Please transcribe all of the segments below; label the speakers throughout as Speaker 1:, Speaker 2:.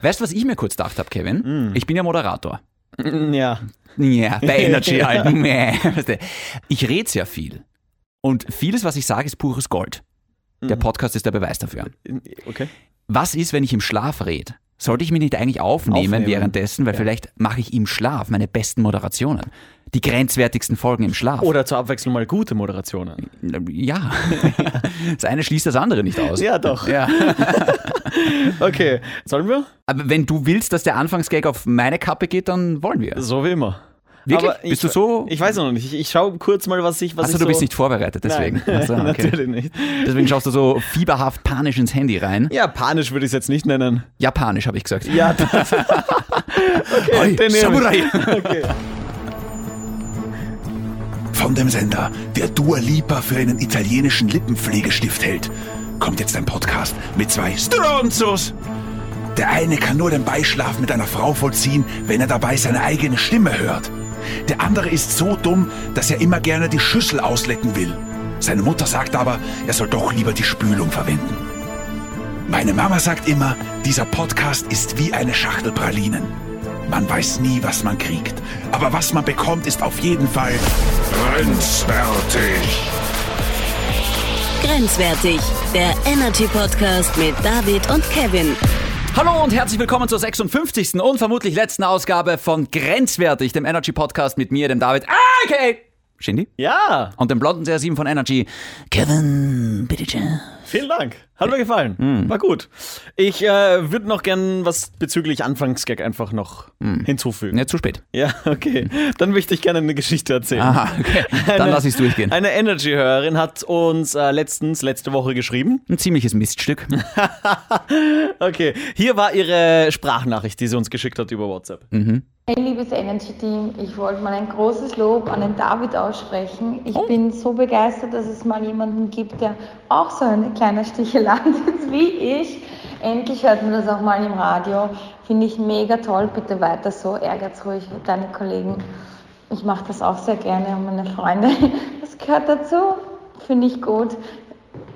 Speaker 1: Weißt du, was ich mir kurz gedacht habe,
Speaker 2: Hm.
Speaker 1: Kevin? Ich bin ja Moderator.
Speaker 2: Mm, Ja.
Speaker 1: Ja, bei Energy halt. Meh. Weißt du, Ich rede sehr viel. Und vieles, was ich sage, ist pures Gold.
Speaker 2: Hm.
Speaker 1: Der Podcast ist der Beweis dafür.
Speaker 2: Okay.
Speaker 1: Was ist, wenn ich im Schlaf rede? Sollte ich mich nicht eigentlich aufnehmen,
Speaker 2: Aufnehmen.
Speaker 1: währenddessen, weil vielleicht mache ich im Schlaf meine besten Moderationen. Die grenzwertigsten Folgen im Schlaf.
Speaker 2: Oder zur Abwechslung mal gute Moderationen.
Speaker 1: ja. Das eine schließt das andere nicht aus.
Speaker 2: Ja, doch.
Speaker 1: Ja.
Speaker 2: Okay. Sollen wir?
Speaker 1: Aber wenn du willst, dass der Anfangsgag auf meine Kappe geht, dann wollen wir.
Speaker 2: So wie immer.
Speaker 1: Wirklich?
Speaker 2: Aber ich,
Speaker 1: Bist du so-
Speaker 2: Ich weiß noch nicht. Ich, ich schaue kurz mal, was ich. Was
Speaker 1: Achso,
Speaker 2: ich
Speaker 1: Also du
Speaker 2: so,
Speaker 1: bist nicht vorbereitet, deswegen.
Speaker 2: Nein.
Speaker 1: Ach so, okay.
Speaker 2: Natürlich nicht.
Speaker 1: Deswegen schaust du so fieberhaft panisch ins Handy rein.
Speaker 2: Ja, panisch würde ich es jetzt nicht nennen.
Speaker 1: Japanisch, habe ich gesagt.
Speaker 2: Ja, das. okay,
Speaker 1: Oi,
Speaker 2: den nehme ich.
Speaker 1: Samurai!
Speaker 2: Okay.
Speaker 3: Von dem Sender, der Dua Lipa für einen italienischen Lippenpflegestift hält, kommt jetzt ein Podcast mit zwei Stronzos. Der eine kann nur den Beischlaf mit einer Frau vollziehen, wenn er dabei seine eigene Stimme hört. Der andere ist so dumm, dass er immer gerne die Schüssel auslecken will. Seine Mutter sagt aber, er soll doch lieber die Spülung verwenden. Meine Mama sagt immer, dieser Podcast ist wie eine Schachtel Pralinen. Man weiß nie, was man kriegt. Aber was man bekommt, ist auf jeden Fall grenzwertig.
Speaker 4: Grenzwertig, der Energy Podcast mit David und Kevin.
Speaker 1: Hallo und herzlich willkommen zur 56. und vermutlich letzten Ausgabe von Grenzwertig, dem Energy Podcast mit mir, dem David. Ah, okay! Shindy.
Speaker 2: Ja,
Speaker 1: Und dem blonden CR7 von Energy, Kevin, bitte. schön.
Speaker 2: vielen Dank. Hat mir gefallen. War gut. Ich äh, würde noch gern was bezüglich Anfangsgag einfach noch hinzufügen.
Speaker 1: Ne, zu spät.
Speaker 2: Ja, okay. Dann möchte ich gerne eine Geschichte erzählen.
Speaker 1: Aha, okay. Dann
Speaker 2: Eine-
Speaker 1: lass ich es durchgehen.
Speaker 2: Eine Energy-Hörerin hat uns äh, letztens, letzte Woche geschrieben.
Speaker 1: Ein ziemliches Miststück.
Speaker 2: Okay, hier war ihre Sprachnachricht, die sie uns geschickt hat über WhatsApp.
Speaker 1: Mhm.
Speaker 5: Hey liebes Energy Team, ich wollte mal ein großes Lob an den David aussprechen. Ich bin so begeistert, dass es mal jemanden gibt, der auch so eine kleine Stichelei ist wie ich. Endlich hört man das auch mal im Radio. Finde ich mega toll. Bitte weiter so. Ärgert's ruhig deine Kollegen. Ich mache das auch sehr gerne und meine Freunde. Das gehört dazu. Finde ich gut.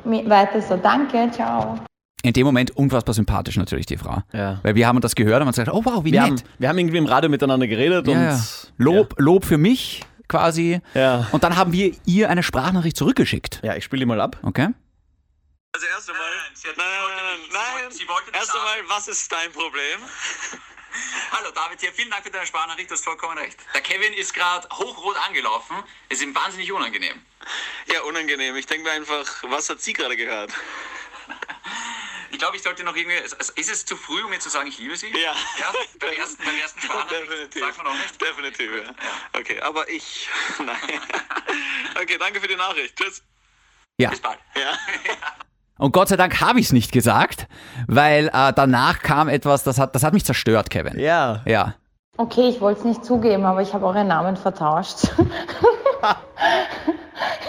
Speaker 5: Me- Weiter so. Danke. Ciao.
Speaker 1: In dem Moment unfassbar sympathisch natürlich die Frau.
Speaker 2: Ja.
Speaker 1: Weil wir haben das gehört und haben gesagt, oh wow, wie
Speaker 2: Wir, haben,
Speaker 1: nett.
Speaker 2: wir haben irgendwie im Radio miteinander geredet
Speaker 1: Ja,
Speaker 2: und
Speaker 1: ja. Lob, Lob für mich quasi.
Speaker 2: Ja.
Speaker 1: Und dann haben wir ihr eine Sprachnachricht zurückgeschickt.
Speaker 2: Ja, ich spiele die mal ab.
Speaker 1: Okay?
Speaker 6: Also erst einmal. Nein, nein, nein, nein, nein. Erst einmal, was ist dein Problem? Hallo David hier, vielen Dank für deine Sprachnachricht, du hast vollkommen recht. Der Kevin ist gerade hochrot angelaufen, ist ihm wahnsinnig unangenehm. Ja, unangenehm. Ich denke mir einfach, was hat sie gerade gehört? Ich glaube, ich sollte noch irgendwie. also Ist es zu früh, um mir zu sagen, ich liebe sie? Ja. beim ersten, beim ersten Sprachnachricht
Speaker 7: Definitiv.
Speaker 6: sagt man auch nicht.
Speaker 7: Definitiv, ja. Okay, aber ich. Nein. Okay, danke für die Nachricht. Tschüss.
Speaker 1: Ja.
Speaker 6: Bis bald.
Speaker 1: Und Gott sei Dank habe ich es nicht gesagt, weil äh, danach kam etwas, das hat, das hat mich zerstört, Kevin.
Speaker 2: Ja.
Speaker 1: Ja.
Speaker 5: Okay, ich wollte es nicht zugeben, aber ich habe euren Namen vertauscht.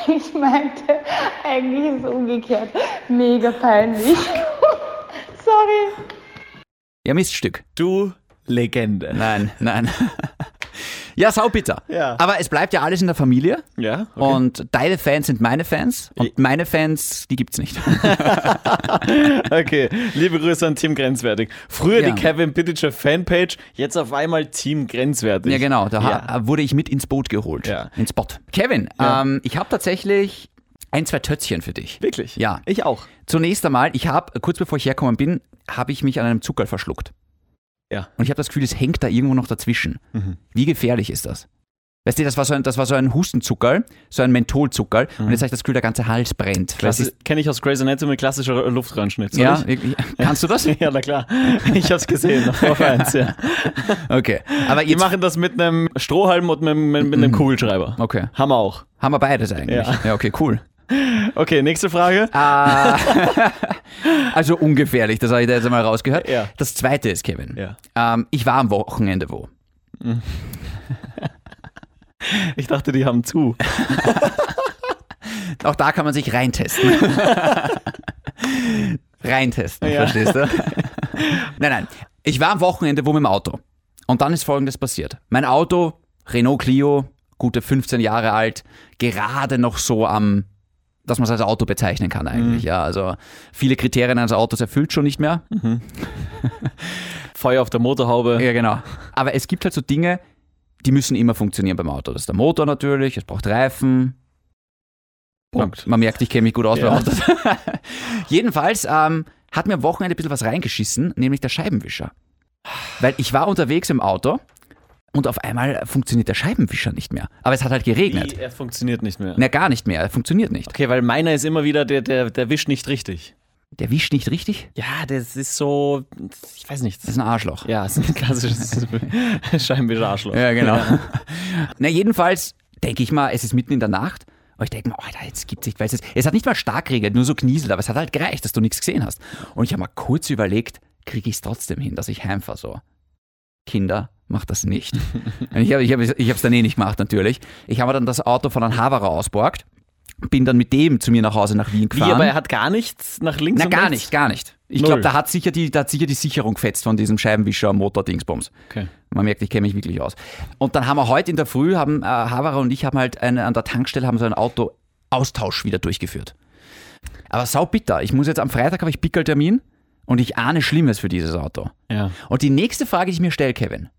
Speaker 5: ich meinte, eigentlich ist es umgekehrt. Mega peinlich. Sorry.
Speaker 1: Ja, Miststück.
Speaker 2: Du Legende.
Speaker 1: Nein, nein. ja, saubitter.
Speaker 2: Ja.
Speaker 1: Aber es bleibt ja alles in der Familie.
Speaker 2: Ja,
Speaker 1: Und deine Fans sind meine Fans und meine Fans, die gibt's nicht.
Speaker 2: Okay, liebe Grüße an Team Grenzwertig. Früher
Speaker 1: Ja.
Speaker 2: die Kevin Pittager Fanpage, jetzt auf einmal Team Grenzwertig.
Speaker 1: ja, genau. Da ha-
Speaker 2: Ja.
Speaker 1: wurde ich mit ins Boot geholt.
Speaker 2: Ja.
Speaker 1: Ins Boot. Kevin,
Speaker 2: Ja.
Speaker 1: ähm, ich habe tatsächlich ein, zwei Tötzchen für dich.
Speaker 2: Wirklich?
Speaker 1: Ja.
Speaker 2: Ich auch.
Speaker 1: Zunächst einmal, ich habe, kurz bevor ich hergekommen bin, habe ich mich an einem Zuckerl verschluckt.
Speaker 2: Ja. Mhm.
Speaker 1: Und ich habe das Gefühl, es hängt da irgendwo noch dazwischen. Wie gefährlich ist das? Weißt du, das war so ein, das war so ein Hustenzuckerl, so ein Mentholzuckerl.
Speaker 2: Mhm.
Speaker 1: Und jetzt habe ich das Gefühl, der ganze Hals brennt. Weißt du,
Speaker 2: Kenne ich aus Grey's Anatomy, klassischer Luftreinschnitt. soll
Speaker 1: ja,
Speaker 2: ich?
Speaker 1: ich- kannst du das?
Speaker 2: Ja, na klar. Ich hab's gesehen, auf Auf 1, ja.
Speaker 1: Okay. Aber
Speaker 2: Die
Speaker 1: jetzt Mhm.
Speaker 2: machen das mit einem Strohhalm und mit, mit, mit einem Kugelschreiber.
Speaker 1: Okay.
Speaker 2: Haben wir auch.
Speaker 1: haben wir beides eigentlich.
Speaker 2: Ja.
Speaker 1: ja okay, cool.
Speaker 2: Okay, nächste Frage.
Speaker 1: Ah. Also ungefährlich, das habe ich da jetzt einmal rausgehört.
Speaker 2: Ja.
Speaker 1: Das zweite ist, Kevin.
Speaker 2: Ja.
Speaker 1: Ähm, ich war am Wochenende wo?
Speaker 2: Ich dachte, die haben zu.
Speaker 1: Auch da kann man sich reintesten. reintesten,
Speaker 2: Ja.
Speaker 1: verstehst du? nein, nein. Ich war am Wochenende wo mit dem Auto. Und dann ist folgendes passiert. Mein Auto, Renault Clio, gute 15 Jahre alt, gerade noch so am, dass man es als Auto bezeichnen kann
Speaker 2: Mhm.
Speaker 1: eigentlich. Ja, also viele Kriterien eines Autos erfüllt schon nicht mehr.
Speaker 2: Feuer auf der Motorhaube.
Speaker 1: Ja, genau. Aber es gibt halt so Dinge, die müssen immer funktionieren beim Auto. Das ist der Motor natürlich, es braucht Reifen.
Speaker 2: Punkt.
Speaker 1: Man, man merkt, ich kenne mich gut aus
Speaker 2: Ja.
Speaker 1: beim Auto. Jedenfalls ähm, hat mir am Wochenende ein bisschen was reingeschissen, nämlich der Scheibenwischer. Weil ich war unterwegs im Auto und auf einmal funktioniert der Scheibenwischer nicht mehr. Aber es hat halt geregnet.
Speaker 2: Wie, er funktioniert nicht mehr.
Speaker 1: Na, gar nicht mehr. Er funktioniert nicht.
Speaker 2: Okay, weil meiner ist immer wieder, der, der, der wischt nicht richtig.
Speaker 1: Der wischt nicht richtig.
Speaker 2: Ja, das ist so, ich weiß nicht.
Speaker 1: Das ist ein Arschloch.
Speaker 2: Ja, ist ein klassisches scheinbischer Arschloch.
Speaker 1: Ja, genau. Na, jedenfalls denke ich mal, es ist mitten in der Nacht. Und ich denke mir, Alter, jetzt gibt's nicht, weil es, ist, es hat nicht mal stark geregnet, nur so knieselt, aber es hat halt gereicht, dass du nichts gesehen hast. Und ich habe mal kurz überlegt, kriege ich es trotzdem hin, dass ich heimfahre so. Kinder, macht das nicht. Und ich habe es ich hab, ich hab's dann eh nicht gemacht, natürlich. Ich habe dann das Auto von einem Haverer ausborgt, bin dann mit dem zu mir nach Hause nach Wien
Speaker 2: Wie,
Speaker 1: gefahren.
Speaker 2: aber er hat gar nichts nach links
Speaker 1: Na,
Speaker 2: und
Speaker 1: gar
Speaker 2: rechts?
Speaker 1: nicht, gar nicht. Ich
Speaker 2: Null.
Speaker 1: glaube, da, hat sicher die- da hat sicher die Sicherung fetzt von diesem Scheibenwischer, Motor, Dingsbums.
Speaker 2: Okay.
Speaker 1: Man merkt, ich kenne mich wirklich aus. Und dann haben wir heute in der Früh, haben äh, Havara und ich haben halt eine, an der Tankstelle haben so einen Autoaustausch wieder durchgeführt. Aber saubitter. Ich muss jetzt am Freitag habe ich Pickeltermin und ich ahne Schlimmes für dieses Auto.
Speaker 2: Ja.
Speaker 1: Und die nächste Frage, die ich mir stelle, Kevin,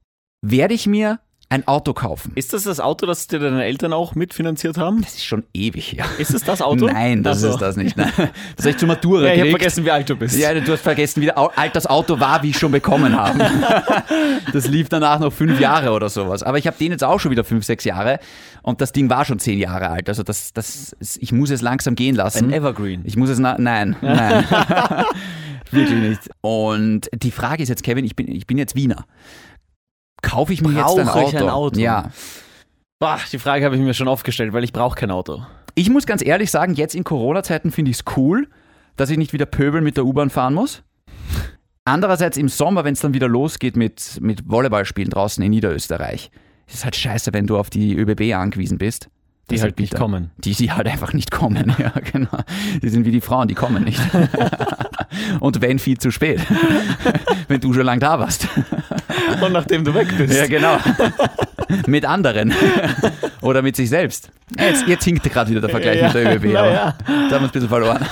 Speaker 1: werde ich mir ein Auto kaufen?
Speaker 2: Ist das das Auto, das dir deine Eltern auch mitfinanziert haben?
Speaker 1: Das ist schon ewig her.
Speaker 2: Ist es das Auto?
Speaker 1: Nein, das
Speaker 2: Ach so.
Speaker 1: ist das nicht. Nein. Das habe ich zur Matura
Speaker 2: Ja, ich habe
Speaker 1: gekriegt.
Speaker 2: vergessen, wie alt du bist.
Speaker 1: Ja, du hast vergessen, wie alt das Auto war, wie ich schon bekommen habe. Das lief danach noch fünf Jahre oder sowas. Aber ich habe den jetzt auch schon wieder fünf, sechs Jahre und das Ding war schon zehn Jahre alt. Also das, das, ich muss es langsam gehen lassen.
Speaker 2: Ein Evergreen.
Speaker 1: Ich muss es, na, nein, nein. Wirklich nicht. Und die Frage ist jetzt, Kevin, ich bin, ich bin jetzt Wiener. Kaufe ich mir jetzt ein
Speaker 2: Brauche ich
Speaker 1: Auto?
Speaker 2: ein Auto?
Speaker 1: Ja.
Speaker 2: Boah, die Frage habe ich mir schon aufgestellt, weil ich brauche kein Auto.
Speaker 1: Ich muss ganz ehrlich sagen, jetzt in Corona-Zeiten finde ich es cool, dass ich nicht wieder pöbeln mit der U-Bahn fahren muss. Andererseits im Sommer, wenn es dann wieder losgeht mit, mit Volleyballspielen draußen in Niederösterreich, ist es halt scheiße, wenn du auf die ÖBB angewiesen bist. Das
Speaker 2: Die
Speaker 1: ist
Speaker 2: halt nicht
Speaker 1: bitter.
Speaker 2: kommen.
Speaker 1: Die, die halt einfach nicht kommen, ja, genau. Die sind wie die Frauen, die kommen nicht. Und wenn viel zu spät. Wenn du schon lang da warst.
Speaker 2: Und nachdem du weg bist.
Speaker 1: Ja, genau. mit anderen. Oder mit sich selbst. Ja, Jetzt, jetzt hinkt gerade wieder der Vergleich
Speaker 2: Ja,
Speaker 1: mit der ÖBB,
Speaker 2: na
Speaker 1: aber
Speaker 2: ja.
Speaker 1: da haben wir uns ein bisschen verloren.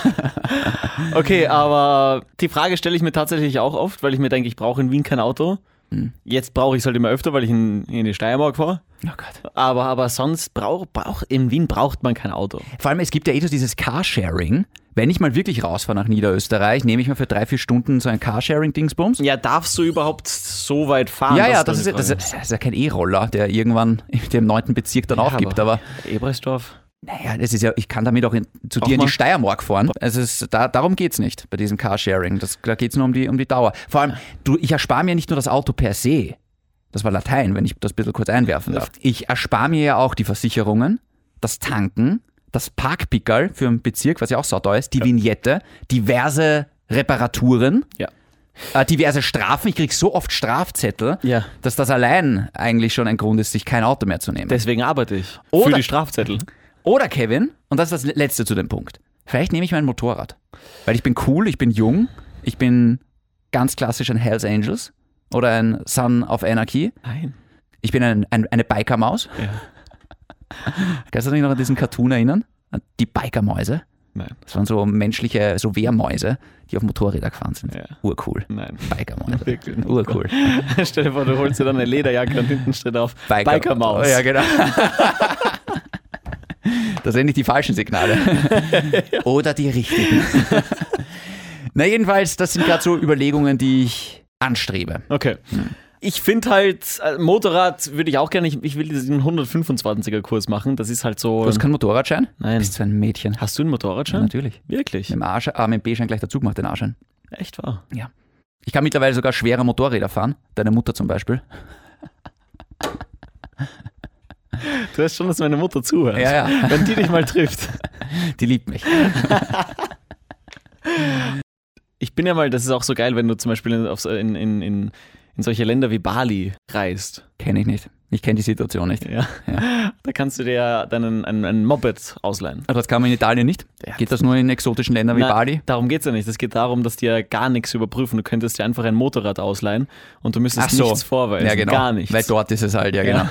Speaker 2: Okay, aber die Frage stelle ich mir tatsächlich auch oft, weil ich mir denke, ich brauche in Wien kein Auto.
Speaker 1: Hm.
Speaker 2: Jetzt brauche ich es halt immer öfter, weil ich in, in die Steiermark fahre.
Speaker 1: Oh Gott.
Speaker 2: Aber, aber sonst brauch, brauch, in Wien braucht man kein Auto.
Speaker 1: Vor allem, es gibt ja eh so dieses Carsharing. Wenn ich mal wirklich rausfahre nach Niederösterreich, nehme ich mal für drei, vier Stunden so ein Carsharing-Dingsbums.
Speaker 2: Ja, darfst du überhaupt so weit fahren?
Speaker 1: ja, ja, das ist, ja- das,
Speaker 2: deine
Speaker 1: ist, das ist ja kein E-Roller, der irgendwann dem neunten Bezirk dann
Speaker 2: Frage.
Speaker 1: aufgibt. Aber
Speaker 2: Ebersdorf.
Speaker 1: naja, das ist ja, ich kann damit auch in, zu dir in
Speaker 2: mal.
Speaker 1: die Steiermark fahren. Es ist, da, darum geht es nicht bei diesem Carsharing. Das, da geht es nur um die, um die Dauer. Vor allem, du, ich erspare mir nicht nur das Auto per se. Das war Latein, wenn ich das ein bisschen kurz einwerfen darf. Ich erspare mir ja auch die Versicherungen, das Tanken, das Parkpickerl für einen Bezirk, was ja auch sauteuer ist, die Vignette, diverse Reparaturen,
Speaker 2: Ja.
Speaker 1: äh, diverse Strafen. Ich kriege so oft Strafzettel,
Speaker 2: Ja.
Speaker 1: dass das allein eigentlich schon ein Grund ist, sich kein Auto mehr zu nehmen.
Speaker 2: Deswegen arbeite ich. Für
Speaker 1: Oder-
Speaker 2: die Strafzettel.
Speaker 1: Oder Kevin, und das ist das Letzte zu dem Punkt. Vielleicht nehme ich mein Motorrad. Weil ich bin cool, ich bin jung, ich bin ganz klassisch ein Hells Angels oder ein Son of Anarchy.
Speaker 2: Nein.
Speaker 1: Ich bin ein, ein, eine Bikermaus. Kannst du dich noch an diesen Cartoon erinnern? An Die Bikermäuse.
Speaker 2: Nein.
Speaker 1: Das waren so menschliche, so Wehrmäuse, die auf Motorräder gefahren sind.
Speaker 2: Ja.
Speaker 1: Urcool.
Speaker 2: Nein.
Speaker 1: Bikermäuse.
Speaker 2: Wirklich nicht.
Speaker 1: Urcool.
Speaker 2: Stell dir vor, du holst dir dann eine Lederjacke und hinten steht auf
Speaker 1: Biker-
Speaker 2: Bikermaus.
Speaker 1: Ja,
Speaker 2: genau.
Speaker 1: genau. Das sind nicht die falschen Signale. Oder die richtigen. Na, jedenfalls, das sind gerade so Überlegungen, die ich anstrebe.
Speaker 2: Okay. Ich finde halt, äh, Motorrad würde ich auch gerne, ich, ich will diesen 125er Kurs machen, das ist halt so.
Speaker 1: Du hast keinen Motorradschein?
Speaker 2: Nein.
Speaker 1: Bist du ein Mädchen?
Speaker 2: Hast du einen Motorradschein?
Speaker 1: Natürlich.
Speaker 2: Wirklich?
Speaker 1: Mit dem, Arsch, äh, mit dem B-Schein gleich dazu gemacht, den A-Schein.
Speaker 2: Echt wahr?
Speaker 1: Ich kann mittlerweile sogar schwere Motorräder fahren. Deine Mutter zum Beispiel.
Speaker 2: Du weißt schon, dass meine Mutter zuhört.
Speaker 1: Ja, ja.
Speaker 2: Wenn die dich mal trifft.
Speaker 1: Die liebt mich.
Speaker 2: Ich bin ja mal, das ist auch so geil, wenn du zum Beispiel in, auf, so- in, in, in, in solche Länder wie Bali reist.
Speaker 1: Kenne ich nicht. Ich kenne die Situation nicht.
Speaker 2: Ja. Da kannst du dir ja deinen einen, einen Moped ausleihen.
Speaker 1: Aber das kann man in Italien nicht.
Speaker 2: Ja.
Speaker 1: Geht das nur in exotischen Ländern wie
Speaker 2: Na,
Speaker 1: Bali?
Speaker 2: Darum geht es ja nicht. Es geht darum, dass die ja gar nichts überprüfen. Du könntest dir einfach ein Motorrad ausleihen und du müsstest nichts vorweisen.
Speaker 1: Ja, genau.
Speaker 2: Gar nichts.
Speaker 1: Weil dort ist es halt, ja, genau.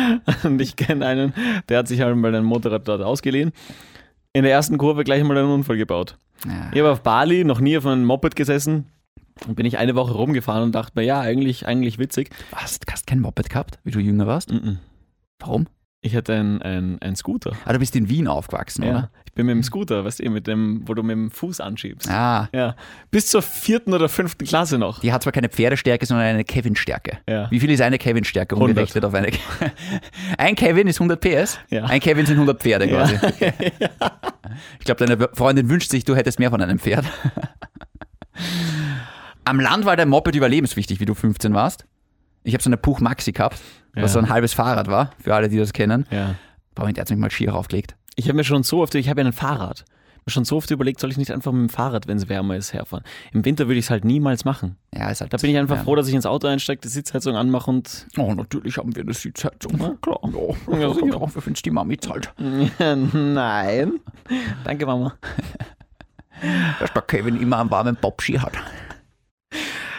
Speaker 2: Und ich kenne einen, der hat sich halt mal ein Motorrad dort ausgeliehen. In der ersten Kurve gleich mal einen Unfall gebaut.
Speaker 1: Ja.
Speaker 2: Ich habe auf Bali noch nie auf einem Moped gesessen. Dann bin ich eine Woche rumgefahren und dachte mir, ja, eigentlich, eigentlich witzig.
Speaker 1: Was? Du hast kein Moped gehabt, wie du jünger warst?
Speaker 2: Mhm.
Speaker 1: Warum?
Speaker 2: Ich hatte einen, einen, einen Scooter.
Speaker 1: Ah, du bist in Wien aufgewachsen,
Speaker 2: Ja. Ich bin mit dem Scooter, weißt du, eh, mit dem, wo du mit dem Fuß anschiebst.
Speaker 1: oder? Ah.
Speaker 2: Ja. Bis zur vierten oder fünften Klasse noch.
Speaker 1: Die hat zwar keine Pferdestärke, sondern eine Kevin-Stärke.
Speaker 2: Ja.
Speaker 1: Wie viel ist eine Kevin-Stärke
Speaker 2: 100.
Speaker 1: umgerechnet auf eine? Ein Kevin ist 100 PS,
Speaker 2: Ja.
Speaker 1: ein Kevin sind 100 Pferde quasi. Ich glaube, deine Freundin wünscht sich, du hättest mehr von einem Pferd. Am Land war der Moped überlebenswichtig, wie du 15 warst. Ich habe so eine Puch Maxi gehabt, was
Speaker 2: Ja.
Speaker 1: so ein halbes Fahrrad war, für alle, die das kennen.
Speaker 2: Ja.
Speaker 1: Boah, der hat mich mal schier aufgelegt.
Speaker 2: Ich habe mir schon so oft, ich habe ja ein Fahrrad, mir schon so oft überlegt, soll ich nicht einfach mit dem Fahrrad, wenn es wärmer ist, herfahren. Im Winter würde ich es halt niemals machen.
Speaker 1: Ja, ist halt,
Speaker 2: Da bin ich einfach
Speaker 1: ja.
Speaker 2: froh, dass ich ins Auto einsteige, die Sitzheizung anmache und
Speaker 1: Oh, natürlich haben wir eine Sitzheizung. Ja, klar. Ja,
Speaker 2: Ja, sicher.
Speaker 1: Dafür findest die Mami zahlt.
Speaker 2: nein. Danke, Mama.
Speaker 1: Dass der Kevin immer einen warmen Popschi hat.
Speaker 2: Mhm.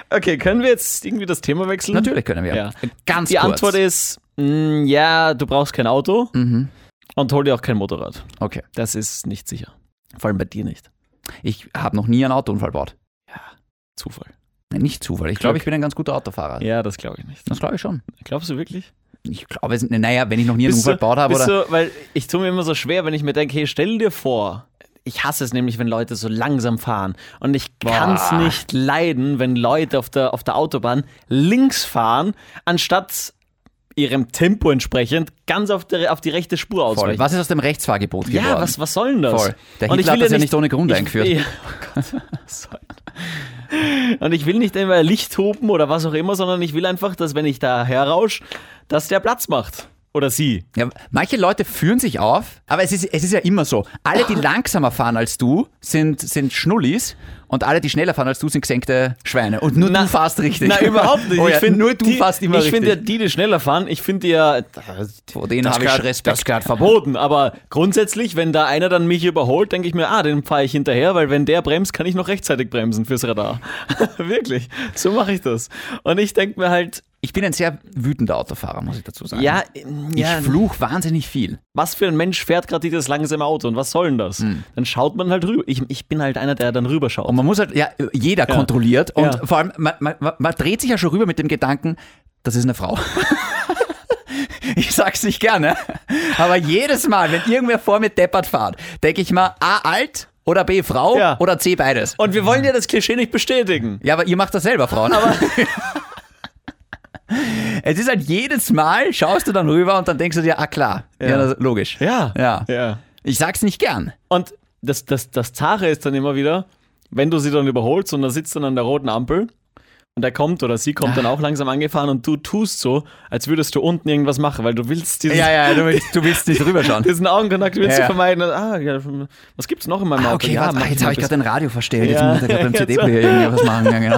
Speaker 2: Okay, können wir jetzt irgendwie das Thema wechseln?
Speaker 1: Natürlich können wir.
Speaker 2: Ja.
Speaker 1: Ganz
Speaker 2: Die
Speaker 1: kurz.
Speaker 2: Antwort ist, mm, ja, du brauchst kein Auto
Speaker 1: Mhm.
Speaker 2: und hol dir auch kein Motorrad.
Speaker 1: Okay.
Speaker 2: Das ist nicht sicher. Vor allem bei dir nicht.
Speaker 1: Ich habe noch nie einen Autounfall gebaut.
Speaker 2: Zufall.
Speaker 1: Nein, Nicht Zufall. Ich glaube, ich bin ein ganz guter Autofahrer.
Speaker 2: Ja, das glaube ich nicht.
Speaker 1: Das glaube ich schon.
Speaker 2: Glaubst du wirklich?
Speaker 1: Ich glaube, es, naja, wenn ich noch nie einen
Speaker 2: Bist
Speaker 1: Unfall
Speaker 2: du,
Speaker 1: gebaut habe,
Speaker 2: bist
Speaker 1: oder?
Speaker 2: du, weil ich tue mir immer so schwer, wenn ich mir denke, hey, stell dir vor, ich hasse es nämlich, wenn Leute so langsam fahren. Und ich kann es nicht leiden, wenn Leute auf der, auf der Autobahn links fahren, anstatt ihrem Tempo entsprechend ganz auf, der, auf die rechte Spur
Speaker 1: Voll.
Speaker 2: ausweichen.
Speaker 1: Was ist aus dem Rechtsfahrgebot geworden?
Speaker 2: ja, was, was soll denn das?
Speaker 1: Voll. Der
Speaker 2: Und
Speaker 1: Hitler
Speaker 2: ich
Speaker 1: hat
Speaker 2: will
Speaker 1: das ja nicht ohne Grund eingeführt.
Speaker 2: Ja, oh Gott, was soll das? Und ich will nicht immer Licht hupen oder was auch immer, sondern ich will einfach, dass wenn ich da herrausch, dass der Platz macht. Oder sie.
Speaker 1: Ja, manche Leute führen sich auf, aber es ist, es ist ja immer so. Alle, die langsamer fahren als du, sind, sind Schnullis und alle, die schneller fahren als du, sind gesenkte Schweine. Und nur du fährst richtig.
Speaker 2: Na, überhaupt nicht.
Speaker 1: Oh ja,
Speaker 2: ich find,
Speaker 1: nur du
Speaker 2: die,
Speaker 1: fährst immer
Speaker 2: Ich
Speaker 1: richtig.
Speaker 2: finde ja die, die schneller fahren, ich finde ja,
Speaker 1: Vor denen habe ich
Speaker 2: grad-
Speaker 1: Respekt.
Speaker 2: Das gerade verboten. Aber grundsätzlich, wenn da einer dann mich überholt, denke ich mir, ah, den fahre ich hinterher, weil wenn der bremst, kann ich noch rechtzeitig bremsen fürs Radar. Wirklich. So mache ich das. Und ich denke mir halt,
Speaker 1: Ich bin ein sehr wütender Autofahrer, muss ich dazu sagen.
Speaker 2: ja,
Speaker 1: ich
Speaker 2: ja
Speaker 1: fluch wahnsinnig viel.
Speaker 2: was für ein Mensch fährt gerade dieses langsame Auto und was soll denn das?
Speaker 1: Hm.
Speaker 2: Dann schaut man halt rüber. Ich, ich bin halt einer, der dann rüberschaut.
Speaker 1: Und man muss halt, ja, jeder kontrolliert und
Speaker 2: Ja.
Speaker 1: vor allem, man, man, man- man dreht sich ja schon rüber mit dem Gedanken, das ist eine Frau. Ich sag's nicht gerne, aber jedes Mal, wenn irgendwer vor mir deppert fährt, denke ich mal, A, alt oder B, Frau
Speaker 2: Ja.
Speaker 1: oder C, beides.
Speaker 2: Und wir wollen ja das Klischee nicht bestätigen.
Speaker 1: Ja, aber ihr macht das selber, Frauen. es ist halt jedes Mal, schaust du dann rüber und dann denkst du dir, ah klar, ja, das ist logisch.
Speaker 2: Ja.
Speaker 1: Ja.
Speaker 2: ja.
Speaker 1: Ich sag's nicht gern.
Speaker 2: Und das, das, das Zare ist dann immer wieder, wenn du sie dann überholst und da sitzt dann an der roten Ampel und er kommt oder sie kommt dann
Speaker 1: Ah.
Speaker 2: auch langsam angefahren und du tust so, als würdest du unten irgendwas machen, weil du willst dieses,
Speaker 1: Ja, ja, du willst, du willst nicht rüberschauen.
Speaker 2: diesen Augenkontakt willst
Speaker 1: Ja,
Speaker 2: du
Speaker 1: ja.
Speaker 2: vermeiden. Und, ah, ja, was gibt's noch in meinem
Speaker 1: Ah,
Speaker 2: Auto?
Speaker 1: okay,
Speaker 2: ja,
Speaker 1: warte,
Speaker 2: mach
Speaker 1: ah, jetzt
Speaker 2: mal
Speaker 1: habe ich
Speaker 2: ein
Speaker 1: gerade den Radio verstellt.
Speaker 2: Ja.
Speaker 1: Jetzt muss ich gerade beim
Speaker 2: Jetzt-
Speaker 1: CD-Player irgendwie was machen. Ja, genau.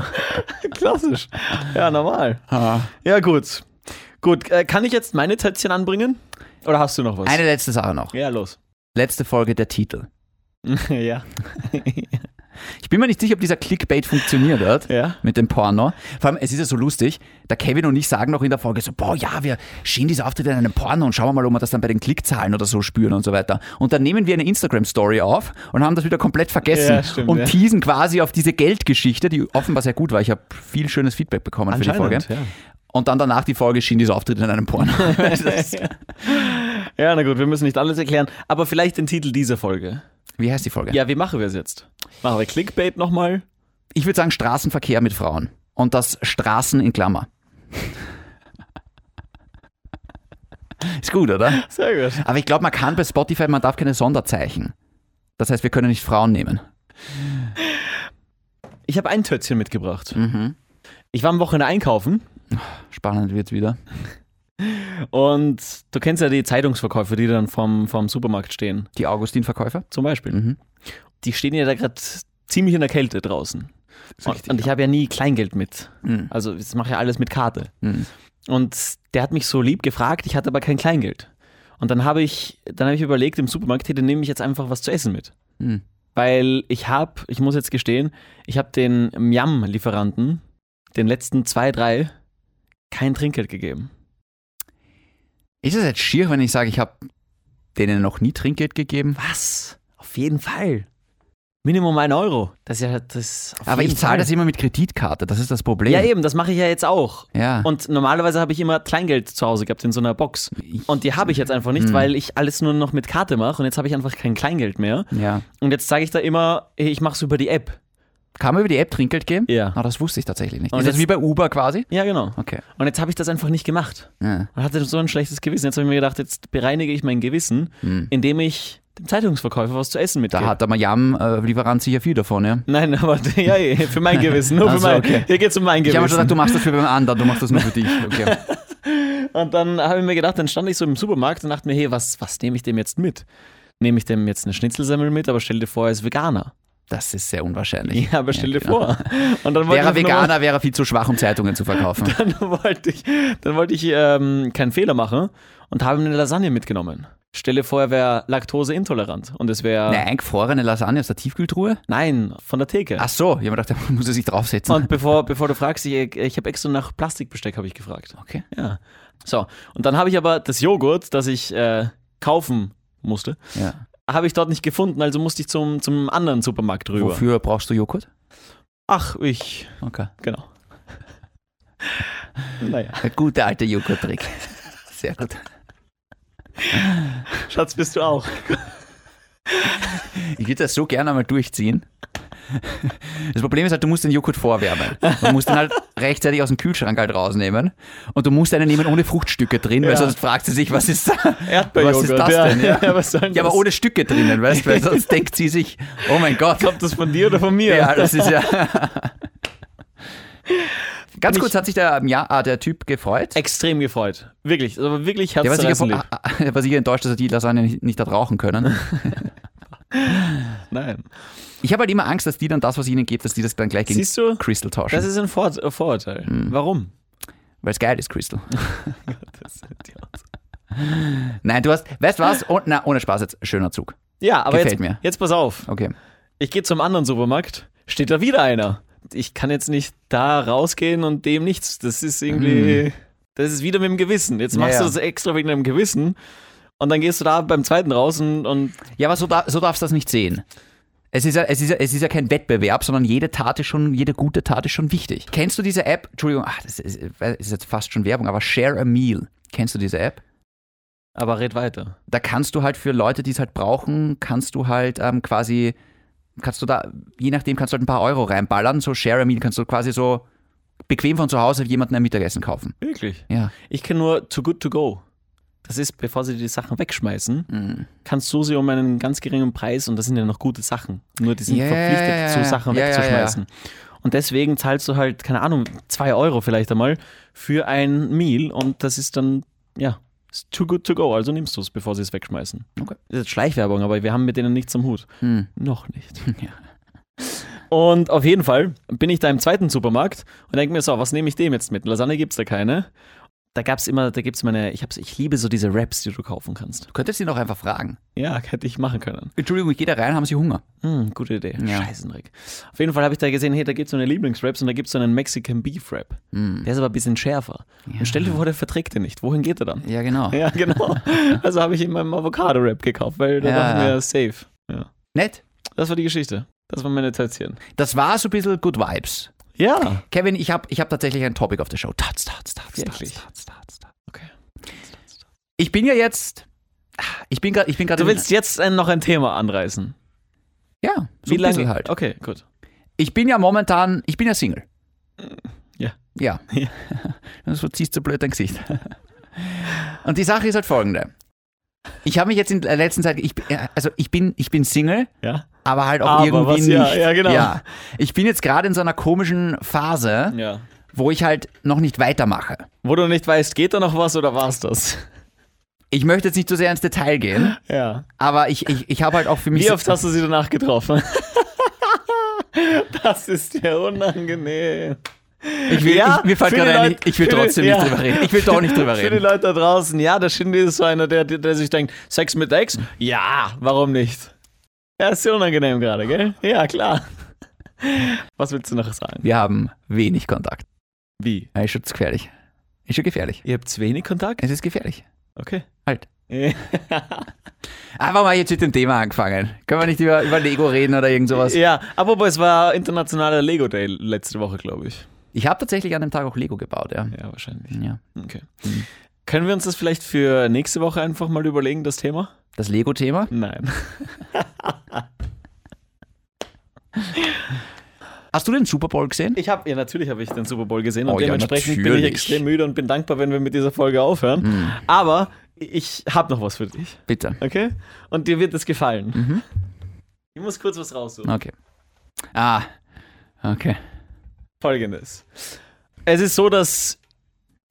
Speaker 2: bisschen- Klassisch. Ja, normal. Ja, gut. Gut, äh, kann ich jetzt meine Tätzchen anbringen? Oder hast du noch was?
Speaker 1: Eine letzte Sache noch.
Speaker 2: ja, los.
Speaker 1: Letzte Folge der Titel.
Speaker 2: ja.
Speaker 1: Ich bin mir nicht sicher, ob dieser Clickbait funktioniert hat
Speaker 2: Ja.
Speaker 1: mit dem Porno. Vor allem, es ist ja so lustig, da Kevin und ich sagen noch in der Folge so, boah, ja, wir schienen diese Auftritte in einem Porno und schauen wir mal, ob wir das dann bei den Klickzahlen oder so spüren und so weiter. Und dann nehmen wir eine Instagram-Story auf und haben das wieder komplett vergessen
Speaker 2: Ja, stimmt,
Speaker 1: und
Speaker 2: ja.
Speaker 1: teasen quasi auf diese Geldgeschichte, die offenbar sehr gut war. Ich habe viel schönes Feedback bekommen für die Folge.
Speaker 2: Anscheinend, ja.
Speaker 1: Und dann danach die Folge schien diese Auftritte in einem Porno. Das-
Speaker 2: ja, na gut, wir müssen nicht alles erklären, aber vielleicht den Titel dieser Folge.
Speaker 1: Wie heißt die Folge?
Speaker 2: Ja, wie machen wir es jetzt? Machen wir Clickbait nochmal?
Speaker 1: Ich würde sagen Straßenverkehr mit Frauen. Und das Straßen in Klammer. Ist gut, oder?
Speaker 2: Sehr gut.
Speaker 1: Aber ich glaube, man kann bei Spotify, man darf keine Sonderzeichen. Das heißt, wir können nicht Frauen nehmen.
Speaker 2: Ich habe ein Tötzchen mitgebracht. Ich war am Wochenende einkaufen
Speaker 1: Spannend wird's wieder.
Speaker 2: und du kennst ja die Zeitungsverkäufer, die dann vom, vom Supermarkt stehen,
Speaker 1: Die Augustin-Verkäufer?
Speaker 2: zum Beispiel.
Speaker 1: Mhm.
Speaker 2: Die stehen ja da gerade ziemlich in der Kälte draußen. und, und ich habe ja nie Kleingeld mit.
Speaker 1: Mhm.
Speaker 2: Also ich mache ja alles mit Karte.
Speaker 1: Mhm.
Speaker 2: Und der hat mich so lieb gefragt, ich hatte aber kein Kleingeld. Und dann habe ich, dann habe ich überlegt, im Supermarkt, hey, dann nehme ich jetzt einfach was zu essen mit.
Speaker 1: Mhm.
Speaker 2: Weil ich habe, ich muss jetzt gestehen, ich habe den Miam-Lieferanten, den letzten zwei, drei, kein Trinkgeld gegeben.
Speaker 1: Ist es jetzt schier, wenn ich sage, ich habe denen noch nie Trinkgeld gegeben?
Speaker 2: Was? Auf jeden Fall. Minimum ein Euro. Das ist ja das. auf
Speaker 1: Aber
Speaker 2: jeden
Speaker 1: ich zahle
Speaker 2: Fall.
Speaker 1: das immer mit Kreditkarte, das ist das Problem.
Speaker 2: Ja, eben, das mache ich ja jetzt auch.
Speaker 1: Ja.
Speaker 2: Und normalerweise habe ich immer Kleingeld zu Hause gehabt in so einer Box. Und die habe ich Hm. jetzt einfach nicht, weil ich alles nur noch mit Karte mache und jetzt habe ich einfach kein Kleingeld mehr.
Speaker 1: Ja.
Speaker 2: Und jetzt sage ich da immer, hey, ich mache es über die App.
Speaker 1: Kann man über die App Trinkgeld geben?
Speaker 2: Ja.
Speaker 1: Ah, das wusste ich tatsächlich nicht.
Speaker 2: Und
Speaker 1: ist das
Speaker 2: jetzt-
Speaker 1: wie bei Uber quasi?
Speaker 2: Ja, genau.
Speaker 1: Okay.
Speaker 2: Und jetzt habe ich das einfach nicht gemacht.
Speaker 1: Ja.
Speaker 2: Und hatte so ein schlechtes Gewissen. Jetzt habe ich mir gedacht, jetzt bereinige ich mein Gewissen, indem ich dem Zeitungsverkäufer was zu essen
Speaker 1: Hm. Da
Speaker 2: mitgebe.
Speaker 1: hat der Miami-Lieferant sicher viel davon, ja.
Speaker 2: Nein, aber ja, ja, für mein Gewissen. Nur
Speaker 1: Ach
Speaker 2: für
Speaker 1: so,
Speaker 2: mein,
Speaker 1: okay.
Speaker 2: Hier geht es um mein
Speaker 1: Ich
Speaker 2: Gewissen.
Speaker 1: habe schon gedacht, du machst das für beim anderen, du machst das nur für dich. Okay.
Speaker 2: Und dann habe ich mir gedacht, dann stand ich so im Supermarkt und dachte mir, hey, was, was nehme ich dem jetzt mit? Nehme ich dem jetzt eine Schnitzelsemmel mit, aber stell dir vor, er ist Veganer.
Speaker 1: Das ist sehr unwahrscheinlich. genau.
Speaker 2: Ja, aber stell dir vor. Und dann wollte
Speaker 1: Wäre er
Speaker 2: ich einfach
Speaker 1: Veganer, wäre er viel zu schwach, um Zeitungen zu verkaufen.
Speaker 2: nur- Dann wollte ich, dann wollte ich ähm, keinen Fehler machen und habe mir eine Lasagne mitgenommen. Stell dir vor, er wäre laktoseintolerant und es wäre.
Speaker 1: Eine eingefrorene Lasagne aus der Tiefkühltruhe?
Speaker 2: Nein, von der Theke.
Speaker 1: Ach so, ich habe mir gedacht, da muss er sich draufsetzen.
Speaker 2: Und bevor, bevor du fragst, ich, ich habe extra nach Plastikbesteck habe ich gefragt.
Speaker 1: okay.
Speaker 2: Ja. So, und dann habe ich aber das Joghurt, das ich äh, kaufen musste,
Speaker 1: Ja.
Speaker 2: habe ich dort nicht gefunden, also musste ich zum, zum anderen Supermarkt rüber.
Speaker 1: Wofür brauchst du Joghurt?
Speaker 2: Ach, ich,
Speaker 1: Okay.
Speaker 2: genau. naja.
Speaker 1: Der gute alte Joghurt-Trick. Sehr gut.
Speaker 2: Schatz, bist du auch.
Speaker 1: Ich würde das so gerne einmal durchziehen. Das Problem ist halt, du musst den Joghurt vorwärmen. Du musst ihn halt rechtzeitig aus dem Kühlschrank halt rausnehmen. Und du musst einen nehmen ohne Fruchtstücke drin, weil
Speaker 2: Ja.
Speaker 1: sonst fragt sie sich, was ist,
Speaker 2: Erdbeerjoghurt.
Speaker 1: was ist das
Speaker 2: ja.
Speaker 1: denn?
Speaker 2: Ja.
Speaker 1: Ja.
Speaker 2: was soll denn
Speaker 1: Ja, aber
Speaker 2: das?
Speaker 1: ohne Stücke drinnen, weißt du? Weil sonst denkt sie sich, oh mein Gott.
Speaker 2: Kommt das von dir oder von mir?
Speaker 1: Ja, das ist ja. Ganz kurz hat sich der, ja, ah, der Typ gefreut.
Speaker 2: Extrem gefreut. Wirklich, aber wirklich
Speaker 1: Der war sicher,
Speaker 2: herzzerreißend.
Speaker 1: ah, ah, der war sicher enttäuscht, dass er die Lasagne nicht, nicht hat rauchen können.
Speaker 2: lieb. Nein.
Speaker 1: Ich habe halt immer Angst, dass die dann das, was ich ihnen gebe, dass die das dann gleich gegen
Speaker 2: Siehst du?
Speaker 1: Crystal tauschen.
Speaker 2: Das ist ein Vor äh, Vorurteil.
Speaker 1: Hm.
Speaker 2: Warum?
Speaker 1: Weil es geil ist, Crystal. Nein, du hast, weißt du was? Oh, na, ohne Spaß jetzt, schöner Zug.
Speaker 2: Ja, aber
Speaker 1: Gefällt
Speaker 2: jetzt,
Speaker 1: mir.
Speaker 2: jetzt pass auf.
Speaker 1: Okay.
Speaker 2: Ich gehe zum anderen Supermarkt, steht da wieder einer. Ich kann jetzt nicht da rausgehen und dem nichts. Das ist irgendwie. Das ist wieder mit dem Gewissen. Jetzt
Speaker 1: Hm.
Speaker 2: machst
Speaker 1: Ja, ja.
Speaker 2: du das extra wegen deinem Gewissen. Und dann gehst du da beim zweiten raus und, und
Speaker 1: Ja, aber so, da, so darfst du das nicht sehen. Es ist, ja, es, ist ja, es ist ja kein Wettbewerb, sondern jede Tat ist schon, jede gute Tat ist schon wichtig. Kennst du diese App? Entschuldigung, ach, das ist, äh, das ist jetzt fast schon Werbung, aber Share a Meal. Kennst du diese App?
Speaker 2: aber red weiter.
Speaker 1: Da kannst du halt für Leute, die es halt brauchen, kannst du halt ähm, quasi, kannst du da, je nachdem, kannst du halt ein paar Euro reinballern. So Share a Meal kannst du quasi so bequem von zu Hause jemanden ein Mittagessen kaufen.
Speaker 2: Wirklich.
Speaker 1: Ja.
Speaker 2: Ich kenne nur Too Good To Go. Das ist, bevor sie die Sachen wegschmeißen,
Speaker 1: Mhm.
Speaker 2: kannst du sie um einen ganz geringen Preis, und das sind ja noch gute Sachen, nur die sind
Speaker 1: Ja, ja,
Speaker 2: verpflichtet,
Speaker 1: ja, ja,
Speaker 2: so
Speaker 1: ja.
Speaker 2: Sachen
Speaker 1: Ja, ja, ja.
Speaker 2: wegzuschmeißen. Und deswegen zahlst du halt, keine Ahnung, 2 Euro vielleicht einmal für ein Meal und das ist dann, ja, ist too good to go, also nimmst du es, bevor sie es wegschmeißen.
Speaker 1: Okay.
Speaker 2: Das ist Schleichwerbung, aber wir haben mit denen nichts am Hut.
Speaker 1: Hm.
Speaker 2: Noch nicht.
Speaker 1: Ja.
Speaker 2: Und auf jeden Fall bin ich da im zweiten Supermarkt und denke mir so, was nehme ich dem jetzt mit? Lasagne gibt's da keine. Da gab's immer, da gibt's meine, ich, hab's, ich liebe so diese Wraps, die du kaufen kannst.
Speaker 1: Du könntest ihn doch einfach fragen.
Speaker 2: Ja, hätte ich machen können.
Speaker 1: Entschuldigung, ich gehe da rein, haben Sie Hunger?
Speaker 2: Hm, gute Idee.
Speaker 1: Ja.
Speaker 2: Scheißenrick. Auf jeden Fall habe ich da gesehen, hey, da gibt's so eine Lieblingswraps und da gibt's so einen Mexican Beef Wrap.
Speaker 1: Hm.
Speaker 2: Der ist aber ein bisschen schärfer. Und stell dir vor, der verträgt den nicht. Wohin geht er dann?
Speaker 1: Ja, genau.
Speaker 2: Ja, genau. also habe ich ihm meinen Avocado Wrap gekauft, weil da
Speaker 1: Ja,
Speaker 2: dachten
Speaker 1: ja.
Speaker 2: wir, safe. Ja.
Speaker 1: Nett.
Speaker 2: Das war die Geschichte. Das waren meine Tätzchen.
Speaker 1: Das war so ein bisschen Good Vibes.
Speaker 2: Ja.
Speaker 1: Kevin, ich habe ich hab tatsächlich ein Topic auf der Show. Tats, tats, tats,
Speaker 2: Wirklich?
Speaker 1: tats, tats, tats, tats.
Speaker 2: Okay.
Speaker 1: Ich bin ja jetzt. ah, Ich bin gerade. Ich bin gerade.
Speaker 2: Du willst jetzt ein, noch ein Thema anreißen.
Speaker 1: Ja, so ein bisschen halt.
Speaker 2: Okay, gut.
Speaker 1: Ich bin ja momentan. Ich bin ja Single.
Speaker 2: Ja.
Speaker 1: Ja.
Speaker 2: Ja.
Speaker 1: so ziehst du blöd dein Gesicht. Und die Sache ist halt folgende. Ich habe mich jetzt in der letzten Zeit. Ich, bin- also, ich bin, ich bin Single.
Speaker 2: Ja?
Speaker 1: aber halt auch
Speaker 2: Aber
Speaker 1: irgendwie
Speaker 2: was-
Speaker 1: nicht.
Speaker 2: ja, ja, genau.
Speaker 1: Ich bin jetzt gerade in so einer komischen Phase,
Speaker 2: Ja.
Speaker 1: wo ich halt noch nicht weitermache.
Speaker 2: Wo du nicht weißt, geht da noch was oder war's das?
Speaker 1: Ich möchte jetzt nicht zu sehr ins Detail gehen,
Speaker 2: Ja.
Speaker 1: aber ich, ich, ich habe halt auch für mich...
Speaker 2: Wie oft hast du sie danach getroffen? das ist ja unangenehm.
Speaker 1: ich will,
Speaker 2: Ja,
Speaker 1: ich, mir fällt
Speaker 2: für
Speaker 1: gerade
Speaker 2: die
Speaker 1: ein,
Speaker 2: Leute-
Speaker 1: ich- ich will
Speaker 2: für die-
Speaker 1: trotzdem
Speaker 2: ja.
Speaker 1: nicht drüber reden. Ich will doch nicht drüber
Speaker 2: Für die
Speaker 1: reden.
Speaker 2: Leute da draußen, ja, der Shindy ist so einer, der, der, der sich denkt, Sex mit Ex? Ja, warum nicht? Ja, ist ja unangenehm gerade, gell? Ja, klar. Was willst du noch sagen?
Speaker 1: Wir haben wenig Kontakt.
Speaker 2: Wie?
Speaker 1: Ja, Ist schon gefährlich. Ist schon gefährlich.
Speaker 2: Ihr habt wenig Kontakt?
Speaker 1: Es ist gefährlich.
Speaker 2: Okay.
Speaker 1: Halt.
Speaker 2: Ja.
Speaker 1: Einfach mal jetzt mit dem Thema angefangen. Können wir nicht über, über Lego reden oder irgend sowas?
Speaker 2: Ja, apropos, es war internationaler Lego Day letzte Woche, glaube ich.
Speaker 1: Ich habe tatsächlich an dem Tag auch Lego gebaut, ja.
Speaker 2: Ja, wahrscheinlich.
Speaker 1: ja.
Speaker 2: Okay. Können wir uns das vielleicht für nächste Woche einfach mal überlegen, das Thema?
Speaker 1: Das Lego-Thema?
Speaker 2: Nein.
Speaker 1: Hast du den Super Bowl gesehen?
Speaker 2: Ich habe, ja, natürlich habe ich den Super Bowl gesehen und
Speaker 1: Oh ja,
Speaker 2: dementsprechend bin ich
Speaker 1: natürlich.
Speaker 2: extrem müde und bin dankbar, wenn wir mit dieser Folge aufhören. Aber ich habe noch was für dich,
Speaker 1: Bitte.
Speaker 2: okay? Und dir wird es gefallen. Ich muss kurz was raussuchen.
Speaker 1: Okay. Ah, okay.
Speaker 2: Folgendes. Es ist so, dass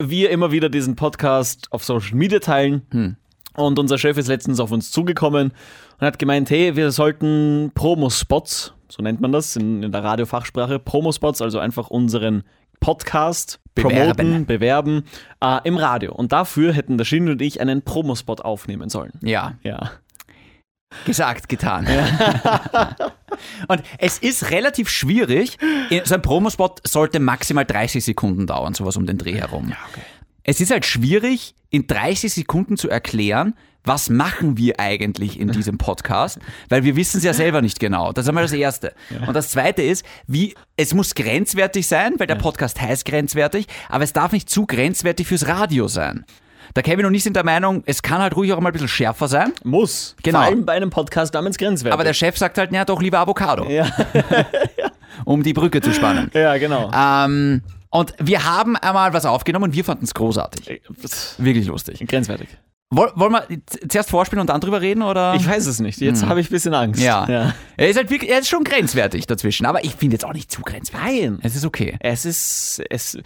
Speaker 2: wir immer wieder diesen Podcast auf Social Media teilen.
Speaker 1: Hm.
Speaker 2: Und unser Chef ist letztens auf uns zugekommen und hat gemeint, hey, wir sollten Promospots, so nennt man das in, in der Radiofachsprache, Promospots, also einfach unseren Podcast
Speaker 1: Bewerben.
Speaker 2: promoten, bewerben äh, im Radio. Und dafür hätten der Shin und ich einen Promospot aufnehmen sollen.
Speaker 1: Ja,
Speaker 2: Ja.
Speaker 1: gesagt, getan. Und es ist relativ schwierig. So ein Promospot sollte maximal 30 Sekunden dauern, sowas um den Dreh herum. Es ist halt schwierig, in 30 Sekunden zu erklären, was machen wir eigentlich in diesem Podcast, weil wir wissen es ja selber nicht genau. Das ist einmal das Erste. Und das Zweite ist, wie, es muss grenzwertig sein, weil der Podcast heißt grenzwertig, aber es darf nicht zu grenzwertig fürs Radio sein. Da Kevin und ich sind der Meinung, es kann halt ruhig auch mal ein bisschen schärfer sein.
Speaker 2: Muss.
Speaker 1: Genau.
Speaker 2: Vor allem bei einem Podcast namens Grenzwert.
Speaker 1: Aber der Chef sagt halt, naja, doch lieber Avocado. um die Brücke zu spannen.
Speaker 2: ja, genau.
Speaker 1: Ähm, und wir haben einmal was aufgenommen und wir fanden es großartig. Wirklich lustig.
Speaker 2: Äh, Grenzwertig.
Speaker 1: Woll, wollen wir z- zuerst vorspielen und dann drüber reden? Oder?
Speaker 2: Ich weiß es nicht. Jetzt habe ich ein bisschen Angst.
Speaker 1: Hm. ja. Er ist halt wirklich, er ist schon grenzwertig dazwischen, aber ich finde jetzt auch nicht zu grenzwertig.
Speaker 2: Nein.
Speaker 1: Es ist okay.
Speaker 2: Es ist. Es,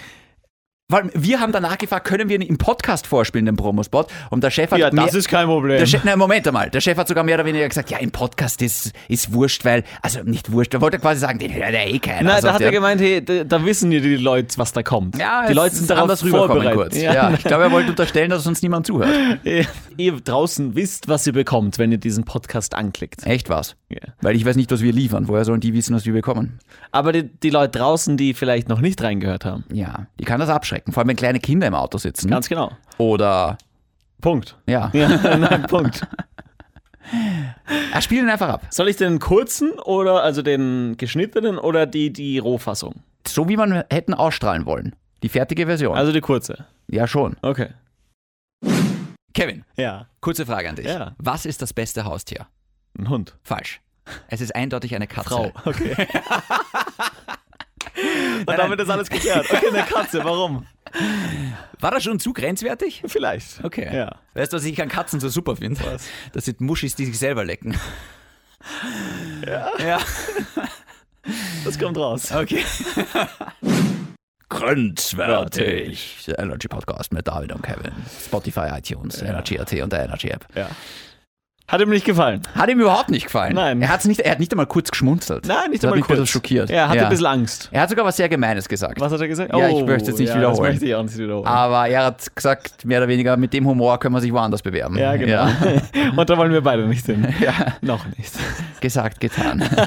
Speaker 1: Vor allem, wir haben danach gefragt, können wir ihn im Podcast vorspielen, den Promospot? Und der Chef hat
Speaker 2: ja, das
Speaker 1: mehr-
Speaker 2: ist kein Problem.
Speaker 1: Der Chef, nein, Moment einmal. Der Chef hat sogar mehr oder weniger gesagt, ja, im Podcast ist, ist wurscht, weil, also nicht wurscht, er wollte quasi sagen, den hört ja eh keiner.
Speaker 2: Nein,
Speaker 1: Also
Speaker 2: da hat
Speaker 1: der-
Speaker 2: er gemeint, hey, da, da wissen ja die Leute, was da kommt.
Speaker 1: Ja,
Speaker 2: die
Speaker 1: es
Speaker 2: Leute
Speaker 1: ist
Speaker 2: sind darauf
Speaker 1: anders rüberkommen
Speaker 2: vorbereitet.
Speaker 1: kurz. Ja. ich glaube, er wollte unterstellen, dass uns niemand zuhört.
Speaker 2: Ihr- Ihr draußen wisst, was ihr bekommt, wenn ihr diesen Podcast anklickt.
Speaker 1: Echt was?
Speaker 2: Ja.
Speaker 1: Weil ich weiß nicht, was wir liefern. Woher sollen die wissen, was wir bekommen?
Speaker 2: Aber die, die Leute draußen, die vielleicht noch nicht reingehört haben.
Speaker 1: Ja, die kann das abschrecken. Vor allem, wenn kleine Kinder im Auto sitzen.
Speaker 2: Ganz genau.
Speaker 1: Oder,
Speaker 2: Punkt.
Speaker 1: ja.
Speaker 2: Ja, nein, Punkt.
Speaker 1: Er spielt ihn Ah, einfach ab.
Speaker 2: Soll ich den kurzen oder also den geschnittenen oder die, die Rohfassung?
Speaker 1: So wie man hätten ausstrahlen wollen. Die fertige Version.
Speaker 2: Also die kurze.
Speaker 1: ja, schon.
Speaker 2: Okay.
Speaker 1: Kevin,
Speaker 2: Ja.
Speaker 1: kurze Frage an dich.
Speaker 2: Ja.
Speaker 1: Was ist das beste Haustier?
Speaker 2: Ein Hund.
Speaker 1: Falsch. Es ist eindeutig eine Katze.
Speaker 2: Frau. Okay. Und damit ist alles geklärt. Okay, eine Katze, warum?
Speaker 1: War das schon zu grenzwertig?
Speaker 2: Vielleicht.
Speaker 1: Okay.
Speaker 2: Ja.
Speaker 1: Weißt du, was ich an Katzen so super finde?
Speaker 2: Was?
Speaker 1: Das sind Muschis, die sich selber lecken. Ja. Ja.
Speaker 2: Das kommt raus.
Speaker 1: Okay. Grenzwertig. Der Energy Podcast mit David und Kevin. Spotify, iTunes, Energy.at und der Energy App.
Speaker 2: Ja. Hat ihm nicht gefallen.
Speaker 1: Hat ihm überhaupt nicht gefallen.
Speaker 2: Nein.
Speaker 1: Er, hat's nicht, er hat nicht einmal kurz geschmunzelt.
Speaker 2: Nein, nicht
Speaker 1: das
Speaker 2: einmal
Speaker 1: hat mich ein
Speaker 2: kurz.
Speaker 1: bisschen schockiert.
Speaker 2: Er hatte
Speaker 1: Ja.
Speaker 2: ein bisschen Angst.
Speaker 1: Er hat sogar was sehr Gemeines gesagt.
Speaker 2: Was hat er gesagt? Oh,
Speaker 1: Ja, ich möchte es nicht
Speaker 2: ja, Das
Speaker 1: wiederholen. Ah,
Speaker 2: möchte ich auch nicht wiederholen.
Speaker 1: Aber er hat gesagt, mehr oder weniger, mit dem Humor können wir sich woanders bewerben.
Speaker 2: ja, genau.
Speaker 1: Ja.
Speaker 2: Und da wollen wir beide nicht hin.
Speaker 1: Ja.
Speaker 2: Noch nicht.
Speaker 1: Gesagt, getan.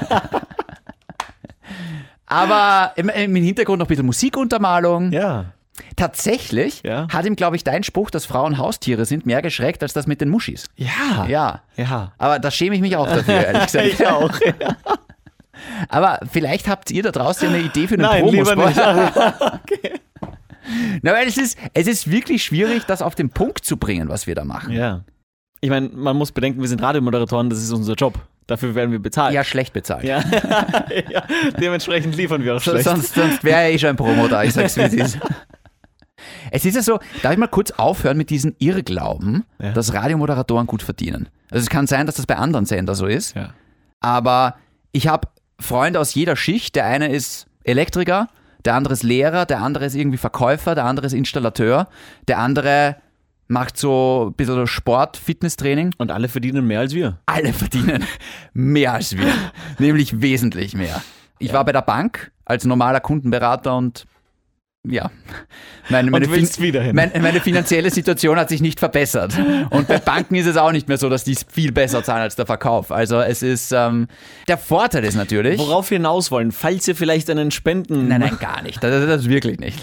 Speaker 1: Aber im, im Hintergrund noch ein bisschen Musikuntermalung.
Speaker 2: Ja.
Speaker 1: Tatsächlich
Speaker 2: Ja.
Speaker 1: hat ihm, glaube ich, dein Spruch, dass Frauen Haustiere sind, mehr geschreckt als das mit den Muschis.
Speaker 2: Ja.
Speaker 1: Ja.
Speaker 2: Ja.
Speaker 1: Aber da schäme ich mich auch dafür, ehrlich gesagt.
Speaker 2: Ich auch.
Speaker 1: Aber vielleicht habt ihr da draußen ja eine Idee für einen
Speaker 2: Nein, lieber
Speaker 1: Promospot.
Speaker 2: nicht.
Speaker 1: Na, weil es ist, es ist wirklich schwierig, das auf den Punkt zu bringen, was wir da machen.
Speaker 2: Ja. Ich meine, man muss bedenken, wir sind Radiomoderatoren, das ist unser Job. Dafür werden wir bezahlt.
Speaker 1: Ja, schlecht bezahlt.
Speaker 2: ja. ja. Dementsprechend liefern wir auch
Speaker 1: So-
Speaker 2: schlecht.
Speaker 1: Sonst, sonst wäre ja eh schon ein Promo da, ich sag's wie es ist. Es ist ja so, darf ich mal kurz aufhören mit diesem Irrglauben,
Speaker 2: Ja.
Speaker 1: dass Radiomoderatoren gut verdienen. Also es kann sein, dass das bei anderen Sendern so ist,
Speaker 2: Ja.
Speaker 1: aber ich habe Freunde aus jeder Schicht. Der eine ist Elektriker, der andere ist Lehrer, der andere ist irgendwie Verkäufer, der andere ist Installateur, der andere macht so ein bisschen Sport, Fitnesstraining.
Speaker 2: Und alle verdienen mehr als wir.
Speaker 1: Alle verdienen mehr als wir, nämlich wesentlich mehr. Ich war bei der Bank als normaler Kundenberater und ja, meine, meine,
Speaker 2: willst wieder hin.
Speaker 1: Meine, meine finanzielle Situation hat sich nicht verbessert. Und bei Banken ist es auch nicht mehr so, dass die es viel besser zahlen als der Verkauf. Also es ist, ähm, der Vorteil ist natürlich...
Speaker 2: Worauf wir hinaus wollen, falls ihr vielleicht einen Spenden.
Speaker 1: Nein, nein, gar nicht. Das, das wirklich nicht.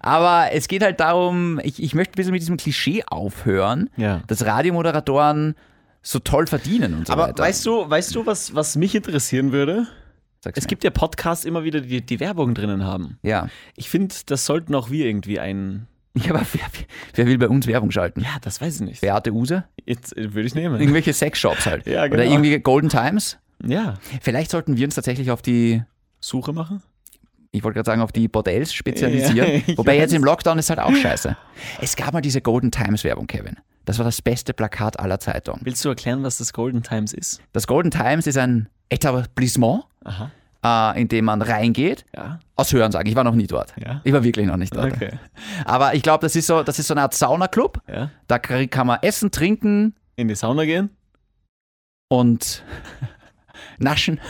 Speaker 1: Aber es geht halt darum, ich, ich möchte ein bisschen mit diesem Klischee aufhören,
Speaker 2: Ja.
Speaker 1: dass Radiomoderatoren so toll verdienen und so
Speaker 2: Aber
Speaker 1: weiter.
Speaker 2: weißt du, weißt du, was, was mich interessieren würde?
Speaker 1: Sag's
Speaker 2: Es
Speaker 1: mir.
Speaker 2: gibt ja Podcasts immer wieder, die die Werbung drinnen haben.
Speaker 1: ja.
Speaker 2: Ich finde, das sollten auch wir irgendwie ein.
Speaker 1: ja, aber wer, wer will bei uns Werbung schalten?
Speaker 2: Ja, das weiß ich nicht.
Speaker 1: Beate Use?
Speaker 2: Jetzt äh, würde ich nehmen.
Speaker 1: Irgendwelche Sexshops halt.
Speaker 2: Ja, genau.
Speaker 1: Oder irgendwie Golden Times?
Speaker 2: Ja.
Speaker 1: Vielleicht sollten wir uns tatsächlich auf die
Speaker 2: Suche machen?
Speaker 1: ich wollte gerade sagen, auf die Bordells spezialisieren.
Speaker 2: Ja, ich
Speaker 1: Wobei
Speaker 2: weiß.
Speaker 1: jetzt im Lockdown ist halt auch scheiße. Es gab mal diese Golden Times Werbung, Kevin. Das war das beste Plakat aller Zeitungen.
Speaker 2: Willst du erklären, was das Golden Times ist?
Speaker 1: Das Golden Times ist ein Etablissement,
Speaker 2: Aha.
Speaker 1: äh, in dem man reingeht.
Speaker 2: Ja.
Speaker 1: Aus Hörensagen. Ich war noch nie dort.
Speaker 2: Ja.
Speaker 1: Ich war wirklich noch nicht dort.
Speaker 2: Okay.
Speaker 1: Aber ich glaube, das ist so, das ist so eine Art Saunaclub.
Speaker 2: Ja.
Speaker 1: Da krieg- kann man essen, trinken
Speaker 2: In die Sauna gehen?
Speaker 1: und naschen.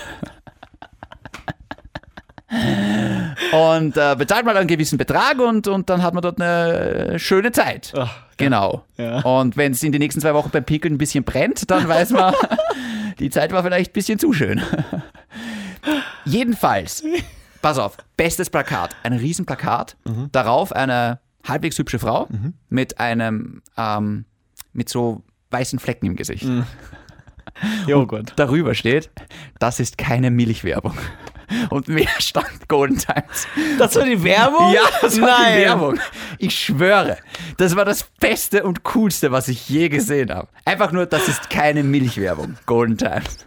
Speaker 1: Und äh, bezahlt mal einen gewissen Betrag und, und dann hat man dort eine schöne Zeit.
Speaker 2: Ach,
Speaker 1: Genau.
Speaker 2: Ja.
Speaker 1: Und wenn es in den nächsten zwei Wochen beim Pickeln ein bisschen brennt, dann weiß man, die Zeit war vielleicht ein bisschen zu schön. Jedenfalls, pass auf, bestes Plakat. Ein Riesenplakat, darauf eine halbwegs hübsche Frau mit einem, ähm, mit so weißen Flecken im Gesicht.
Speaker 2: Joghurt.
Speaker 1: Darüber steht, das ist keine Milchwerbung. Und mehr stand Golden Times.
Speaker 2: Das war die Werbung?
Speaker 1: Ja, das war
Speaker 2: Nein.
Speaker 1: die Werbung. Ich schwöre, das war das Beste und Coolste, was ich je gesehen habe. Einfach nur, das ist keine Milchwerbung. Golden Times.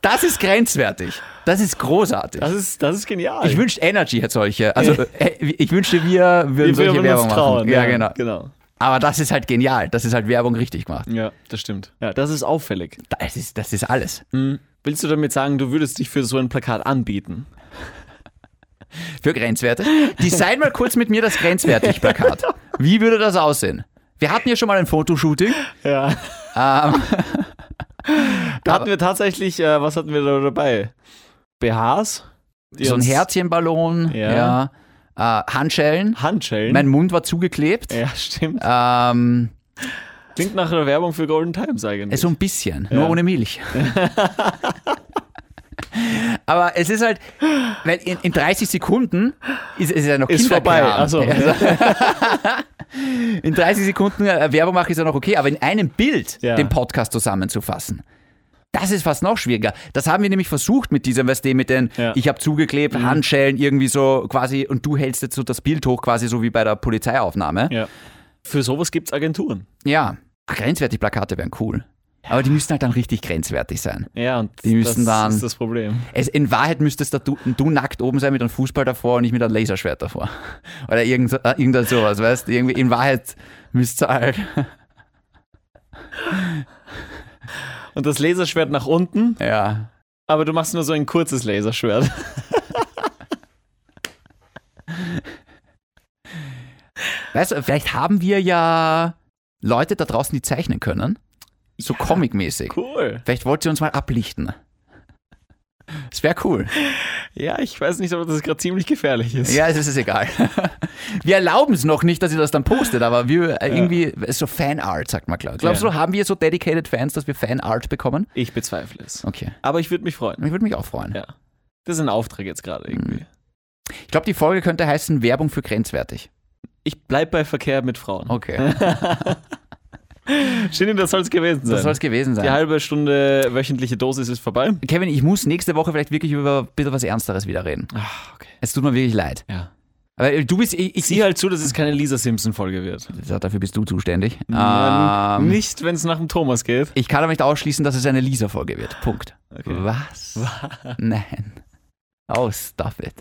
Speaker 1: Das ist grenzwertig. Das ist großartig.
Speaker 2: Das ist, das ist genial.
Speaker 1: ich wünschte, Energy hätte solche. Also, äh, ich wünschte, wir würden
Speaker 2: Wir
Speaker 1: solche
Speaker 2: würden
Speaker 1: Werbung
Speaker 2: uns trauen.
Speaker 1: machen. Ja, genau.
Speaker 2: genau.
Speaker 1: Aber das ist halt genial. Das ist halt Werbung richtig gemacht.
Speaker 2: Ja, das stimmt. Ja, das ist auffällig.
Speaker 1: Das ist, das ist alles.
Speaker 2: Willst du damit sagen, du würdest dich für so ein Plakat anbieten?
Speaker 1: Für Grenzwerte. Design mal kurz mit mir das Grenzwertig-Plakat. Wie würde das aussehen? Wir hatten ja schon mal ein Fotoshooting.
Speaker 2: Ja.
Speaker 1: Ähm.
Speaker 2: da hatten wir tatsächlich, äh, was hatten wir da dabei? BHs? die
Speaker 1: so ein
Speaker 2: uns-
Speaker 1: Herzchenballon,
Speaker 2: Ja.
Speaker 1: ja. Äh, Handschellen.
Speaker 2: Handschellen?
Speaker 1: Mein Mund war zugeklebt.
Speaker 2: ja, stimmt.
Speaker 1: Ähm,
Speaker 2: Klingt nach einer Werbung für Golden Times eigentlich.
Speaker 1: so ein bisschen, nur ohne Milch. Aber es ist halt, weil in, in 30 Sekunden ist es ist ja noch
Speaker 2: ist vorbei.
Speaker 1: Kinderkram.
Speaker 2: Also,
Speaker 1: Also in 30 Sekunden äh, Werbung machen ist ja noch okay, aber in einem Bild
Speaker 2: Ja.
Speaker 1: den Podcast zusammenzufassen. Das ist fast noch schwieriger. Das haben wir nämlich versucht mit diesem, weißt du, mit den,
Speaker 2: Ja. Mhm.
Speaker 1: ich habe zugeklebt, Handschellen, irgendwie so quasi, und du hältst jetzt so das Bild hoch, quasi so wie bei der Polizeiaufnahme.
Speaker 2: ja. Für sowas gibt es Agenturen.
Speaker 1: Ja, grenzwertig Plakate wären cool. Aber die müssten halt dann richtig grenzwertig sein.
Speaker 2: Ja, und
Speaker 1: Die müssen
Speaker 2: das
Speaker 1: dann-
Speaker 2: ist das Problem.
Speaker 1: Es, in Wahrheit müsstest da du, du nackt oben sein mit einem Fußball davor und ich mit einem Laserschwert davor. Oder irgend, äh, irgend sowas, weißt du? Irgendwie in Wahrheit müsst ihr halt.
Speaker 2: Und das Laserschwert nach unten,
Speaker 1: Ja.
Speaker 2: aber du machst nur so ein kurzes Laserschwert.
Speaker 1: Weißt du, vielleicht haben wir ja Leute da draußen, die zeichnen können. So comicmäßig.
Speaker 2: Cool.
Speaker 1: Vielleicht wollt ihr uns mal ablichten. Es wäre cool.
Speaker 2: Ja, ich weiß nicht, ob das gerade ziemlich gefährlich ist.
Speaker 1: Ja, es ist es egal. Wir erlauben es noch nicht, dass ihr das dann postet, aber wir äh, irgendwie, so Fanart, sagt man klar. Glaubst
Speaker 2: Ja.
Speaker 1: du, haben wir so dedicated Fans, dass wir Fanart bekommen?
Speaker 2: Ich bezweifle es.
Speaker 1: Okay.
Speaker 2: Aber ich würde mich freuen.
Speaker 1: Ich würde mich auch freuen.
Speaker 2: Ja. Das ist ein Auftrag jetzt gerade irgendwie.
Speaker 1: Mhm. Ich glaube, die Folge könnte heißen Werbung für grenzwertig.
Speaker 2: Ich bleib bei Verkehr mit Frauen.
Speaker 1: Okay.
Speaker 2: Schön, das soll es gewesen sein.
Speaker 1: Das soll es gewesen sein.
Speaker 2: Die halbe Stunde wöchentliche Dosis ist vorbei.
Speaker 1: Kevin, ich muss nächste Woche vielleicht wirklich über ein bisschen was Ernsteres wieder reden.
Speaker 2: Ach, Ah, okay.
Speaker 1: Es tut mir wirklich leid.
Speaker 2: Ja.
Speaker 1: Aber äh, du bist, ich, ich,
Speaker 2: Sieh halt zu, dass es keine Lisa Simpson-Folge wird.
Speaker 1: ich dafür bist du zuständig.
Speaker 2: Mann,
Speaker 1: Ähm,
Speaker 2: Nicht, wenn es nach dem Thomas geht.
Speaker 1: ich kann aber nicht ausschließen, dass es eine Lisa-Folge wird. Punkt.
Speaker 2: Okay.
Speaker 1: Was? Nein. Oh, stop it.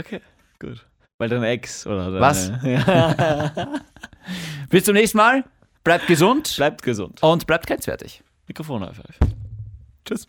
Speaker 2: Okay, gut. Weil dein Ex oder deine,
Speaker 1: Was?
Speaker 2: Ja.
Speaker 1: Bis zum nächsten Mal. Bleibt gesund
Speaker 2: Bleibt gesund.
Speaker 1: und bleibt grenzwertig.
Speaker 2: Mikrofon auf. Tschüss.